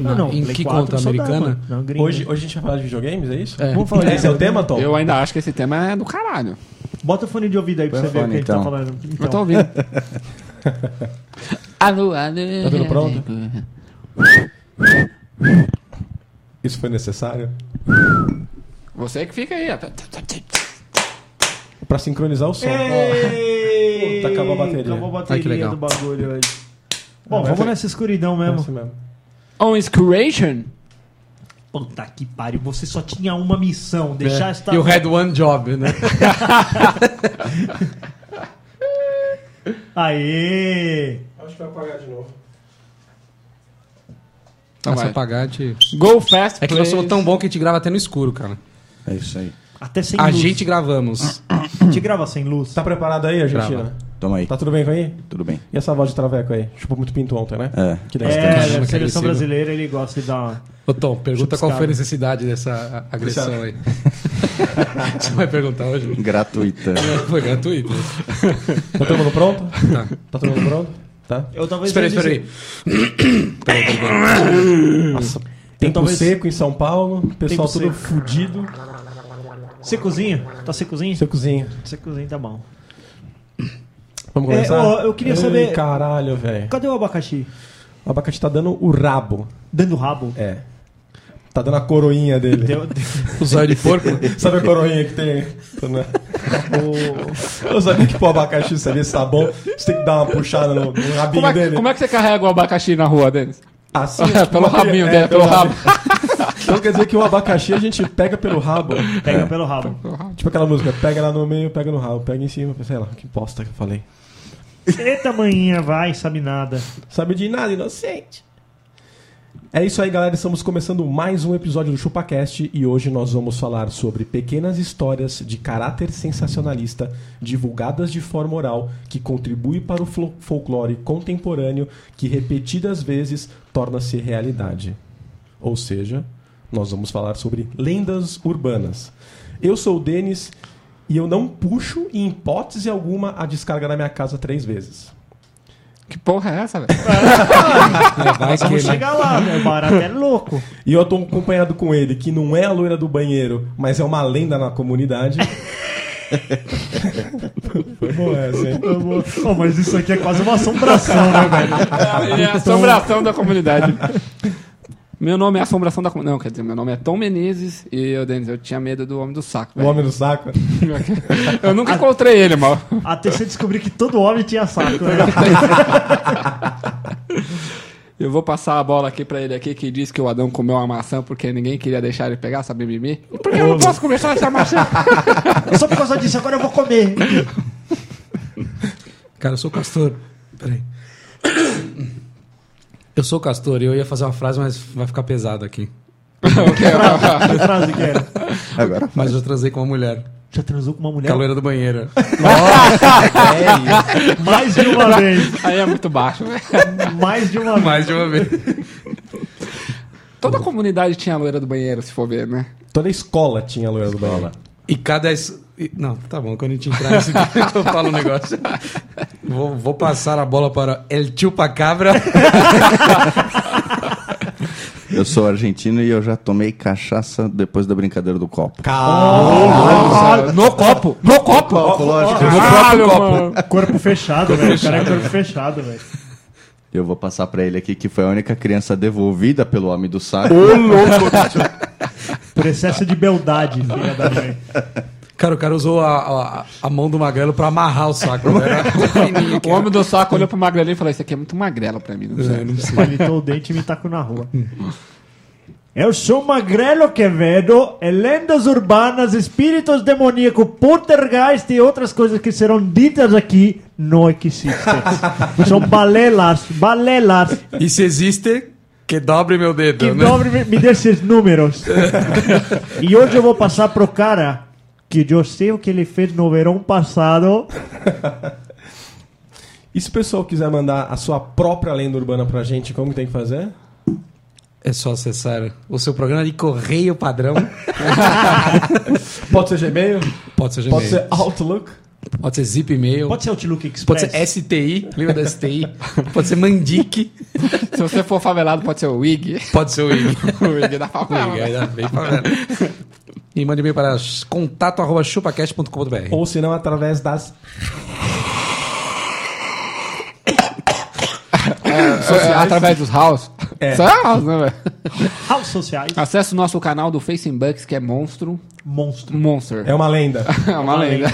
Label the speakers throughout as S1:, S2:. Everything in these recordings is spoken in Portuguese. S1: não.
S2: Em
S1: Play
S2: que
S1: 4
S2: conta
S1: só dava,
S2: americana?
S1: mano. Não, gringa.
S3: Hoje, hoje a gente vai falar de videogames, é isso?
S2: É.
S3: Vamos falar Esse é o tema, Tom?
S4: Eu ainda acho que esse tema é do caralho.
S1: Bota o fone de ouvido aí pra
S5: Põe
S1: você ver
S5: fone,
S1: o que
S5: então.
S1: a gente tá falando.
S4: Eu tô
S1: Então,
S4: ouvindo. alô, alô.
S3: Tá tudo pronto? Isso foi necessário?
S4: Você que fica aí. ó.
S3: Pra sincronizar o som.
S1: É. Ei!
S3: Puta, acabou a bateria.
S1: Acabou a
S2: Ah, que
S1: bateria
S2: legal.
S1: do bagulho hoje. Bom,
S3: Vai
S1: vamos
S3: ver.
S1: nessa escuridão
S3: É
S1: mesmo.
S3: isso mesmo.
S4: On Inspiration?
S1: Puta que pariu, você só tinha uma missão, deixar esta...
S2: E o Red One Job, né?
S1: Aê!
S3: Acho que vai apagar de novo.
S4: Então
S2: Essa
S4: vai.
S2: apagar te...
S4: Go Fast
S2: É que eu
S4: Plays.
S2: sou tão bom que te grava até no escuro, cara.
S5: É isso aí.
S1: Até sem
S2: A
S1: luz.
S2: gente gravamos.
S1: Te grava sem luz.
S3: Tá preparado aí, Argentina?
S2: Grava.
S5: Toma aí.
S3: Tá tudo bem com aí?
S5: Tudo bem.
S3: E essa voz de traveco aí? Chupou muito pinto ontem, né?
S5: É.
S3: Que
S1: É,
S3: é.
S1: a
S2: que
S1: seleção
S2: agressivo.
S1: brasileira ele gosta de dar uma...
S2: Ô Tom, pergunta qual
S1: Chupiscado.
S2: foi a necessidade dessa a- agressão aí. Você vai perguntar hoje?
S5: Gratuita.
S2: Foi gratuito.
S3: Tá todo mundo pronto? Tá. Tá todo mundo pronto? Tá.
S1: Eu talvez...
S2: Espera aí,
S1: eles-
S2: espera aí. Peraí, peraí, peraí.
S3: Nossa, tempo
S1: talvez-
S3: seco em São Paulo, pessoal
S1: Tempo seco.
S3: todo fudido.
S1: Você cozinha? Tá você cozinha?
S3: Seu cozinho.
S1: Você cozinha, tá bom.
S3: Vamos
S1: É,
S3: começar?
S1: ó, eu queria
S3: Ei,
S1: saber-
S3: Caralho, velho.
S1: Cadê o abacaxi?
S3: O abacaxi tá dando o rabo.
S1: Dando rabo.
S3: É. Tá dando a coroinha dele.
S1: Deu-
S2: O zóio de porco?
S3: Sabe a coroinha que tem? Tô na- O- Eu sabia que pro abacaxi você vê se tá bom, você tem que dar uma puxada no, no rabinho
S4: Como é,
S3: dele.
S4: como é que você carrega o abacaxi na rua, Denis?
S3: Assim,
S4: pelo rabinho
S3: é,
S4: dele, pelo rabo.
S3: Então quer dizer que o abacaxi a gente pega pelo rabo.
S1: Pega pelo rabo.
S3: Tipo aquela música, pega lá no meio, pega no rabo, pega em cima, sei lá, que bosta que eu falei.
S1: Eita manhinha, vai, sabe nada.
S3: Sabe de nada, inocente. É isso aí, galera. Estamos começando mais um episódio do ChupaCast e hoje nós vamos falar sobre pequenas histórias de caráter sensacionalista divulgadas de forma oral que contribui para o flo- folclore contemporâneo que repetidas vezes torna-se realidade. Ou seja, nós vamos falar sobre lendas urbanas. Eu sou o Denis e eu não puxo, em hipótese alguma, a descarga na minha casa três vezes.
S4: Que porra é essa, velho?
S2: É, vai
S1: Vamos
S2: que, né?
S1: chegar lá, meu barato é louco.
S3: E eu tô acompanhado com ele, que não é a loira do banheiro, mas é uma lenda na comunidade. Foi boa essa, hein?
S1: Ô, mas isso aqui é quase uma assombração, né, velho?
S4: É a assombração da comunidade. Meu nome é Assombração da Comunidade. Não, quer dizer, meu nome é Tom Menezes e eu, Denis, eu tinha medo do Homem do Saco.
S3: O
S4: velho.
S3: homem do saco.
S4: Eu nunca encontrei ele, mal.
S1: Até você descobrir que todo homem tinha saco, né?
S4: Eu vou passar a bola aqui pra ele aqui que diz que o Adão comeu uma maçã porque ninguém queria deixar ele pegar essa mimimi. E Por que eu não posso comer só essa maçã?
S1: Só por causa disso, agora eu vou comer.
S2: Cara, eu sou castor. Peraí. Eu sou castor e eu ia fazer uma frase, mas vai ficar pesado aqui.
S1: Que frase que era?
S5: Agora.
S2: Mas eu transei com uma mulher.
S1: Já transou com uma mulher?
S2: Caloeira do banheiro.
S3: É
S1: Mais de uma vez.
S4: Aí é muito baixo, velho.
S1: Mais de uma vez.
S2: Mais de uma vez.
S4: Toda comunidade tinha a loira do banheiro, se for ver, né?
S3: Toda escola tinha a loira do banheiro.
S2: E cada. es- e- Não, tá bom, quando a gente entrar nesse tema, eu falo um negócio. Vou, vou passar a bola para El Chupacabra.
S5: Eu sou argentino e eu já tomei cachaça depois da brincadeira do copo.
S4: no copo! No copo! Ah,
S5: lógico.
S4: Caralho, mano!
S1: Corpo fechado, velho. O cara é corpo fechado, velho.
S5: Eu vou passar pra ele aqui que foi a única criança devolvida pelo homem do saco.
S1: Por excesso de beldade, filha da mãe.
S2: Cara, o cara usou a, a, a mão do magrelo pra amarrar o saco. né? Era pequenininho,
S4: O
S2: cara.
S4: homem do saco olhou pro magrelinho e falou: Isso aqui é muito magrelo pra mim, não
S2: É,
S4: sei.
S2: não sei.
S1: Palitou o dente e me tacou na rua. Eu sou Magrelo Quevedo, e lendas urbanas, espíritos demoníacos, poltergeist e outras coisas que serão ditas aqui não existem. São balelas, balelas,
S2: E se existe, que dobre meu dedo.
S1: que
S2: né?
S1: dobre, me, me dê esses números. e hoje eu vou passar pro cara que eu sei o que ele fez no verão passado.
S3: E se o pessoal quiser mandar a sua própria lenda urbana pra gente, como que tem que fazer?
S2: É só acessar o seu programa de correio padrão.
S3: Pode ser Gmail?
S2: Pode ser Gmail.
S3: Pode ser Outlook?
S2: Pode ser zip e-mail.
S1: Pode ser Outlook Express.
S2: Pode ser STI, lembra da STI? Pode ser Mandic,
S4: Se você for favelado, pode ser o IG.
S2: pode ser o IG.
S4: o IG da favela.
S2: Liga, aí dá bem pra ver. E mande e-mail para contato.chupacast.com.br.
S3: Ou se não, através das
S4: Social- através dos house. Só é house, né, velho?
S1: House sociais.
S4: Acesse o nosso canal do Facebooks, que é Monstro.
S1: Monstro.
S4: Monster.
S3: É uma lenda.
S4: É uma lenda.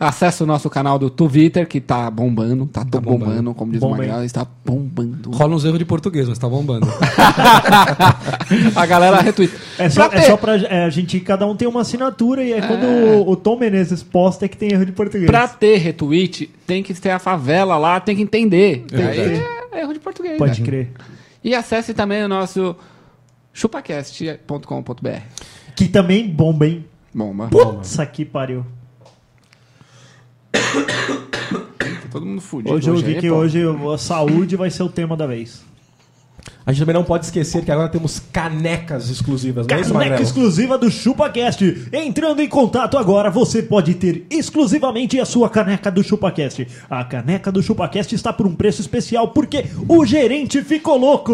S4: Acesse o nosso canal do Twitter, que tá bombando. Tá, tão bombando, como diz
S1: Bomba,
S4: o Magal, está bombando.
S2: Rola uns erros de português, mas tá bombando.
S4: A galera retuita.
S1: É só,
S4: Pra
S1: é
S4: ter-
S1: só pra é, a gente. Cada um tem uma assinatura e é, quando o, o Tom Menezes posta é que tem erro de português.
S4: Pra ter retweet, tem que ter a favela lá, tem que entender.
S2: É
S4: Aí
S2: verdade.
S4: é erro de português.
S1: Pode
S4: né?
S1: crer.
S4: E acesse também o nosso chupacast.com.br.
S1: Que também bomba, hein?
S4: Bomba.
S1: Putz, aqui pariu.
S4: Tá todo mundo fudido.
S1: Hoje eu vi
S4: aí,
S1: que
S4: pô.
S1: hoje a saúde vai ser o tema da vez.
S3: A gente também não pode esquecer que agora temos canecas exclusivas, não é isso,
S1: Caneca
S3: Magrelo?
S1: exclusiva do ChupaCast. Entrando em contato agora, você pode ter exclusivamente a sua caneca do ChupaCast. A caneca do ChupaCast está por um preço especial porque o gerente ficou louco.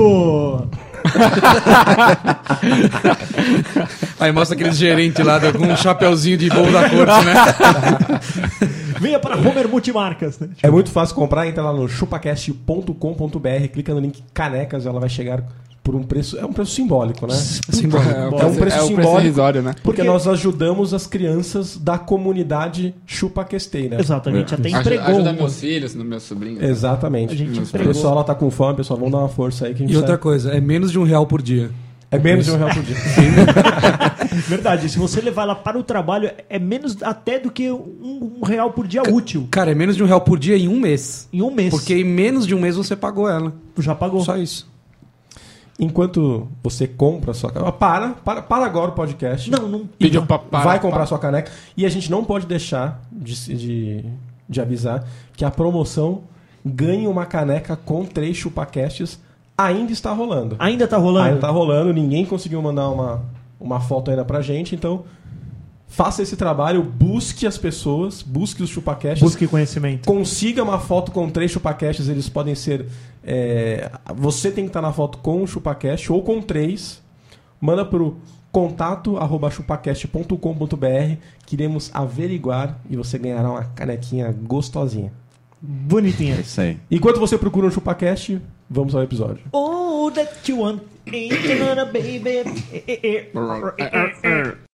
S2: Aí mostra aqueles gerentes lá com um chapeuzinho de bolo da corte, né?
S1: Venha para Homer Multimarcas, né?
S3: É muito fácil comprar, entra lá no chupacast.com.br, clica no link canecas, ela vai chegar por um preço. É um preço simbólico, né?
S4: É,
S3: É um preço
S4: é o preço
S3: simbólico.
S4: irrisório, né?
S3: Porque nós ajudamos as crianças da comunidade chupaquestei, né?
S1: Exatamente, até
S4: Aju-
S1: entregou.
S4: Ajuda
S1: um-
S4: meus filhos, meus sobrinhos.
S3: Exatamente.
S1: A gente
S3: o
S1: entregou.
S3: pessoal lá tá com fome, pessoal, vamos dar uma força aí que a gente
S2: E outra
S3: sabe-
S2: coisa, é menos de um real por dia.
S3: É menos de um real por dia.
S1: Verdade, se você levar ela para o trabalho, é menos até do que um, um real por dia útil.
S2: Cara, é menos de um real por dia em um mês.
S1: Em um mês.
S2: Porque em menos de um mês você pagou ela.
S1: já pagou.
S2: Só isso.
S3: Enquanto você compra a sua caneca. Para, para, para agora o podcast.
S1: Não, não.
S4: Pediu pra parar.
S3: vai comprar sua caneca. E a gente não pode deixar de, se- de, de avisar que a promoção ganhe uma caneca com três chupacasts ainda está rolando.
S1: Ainda tá rolando?
S3: Ainda tá rolando, ninguém conseguiu mandar uma, uma foto ainda pra gente, então faça esse trabalho, busque as pessoas, busque os chupacasts.
S1: Busque conhecimento.
S3: Consiga uma foto com três chupacasts, eles podem ser. é, você tem que estar na foto com um chupacast ou com três. Manda pro contato arroba chupacast.com.br. Queremos averiguar e você ganhará uma canequinha gostosinha.
S1: Bonitinha.
S5: É isso aí.
S3: Enquanto você procura um chupacast, vamos ao episódio.
S1: Oh, that you want ain't gonna baby.
S4: É, é, é.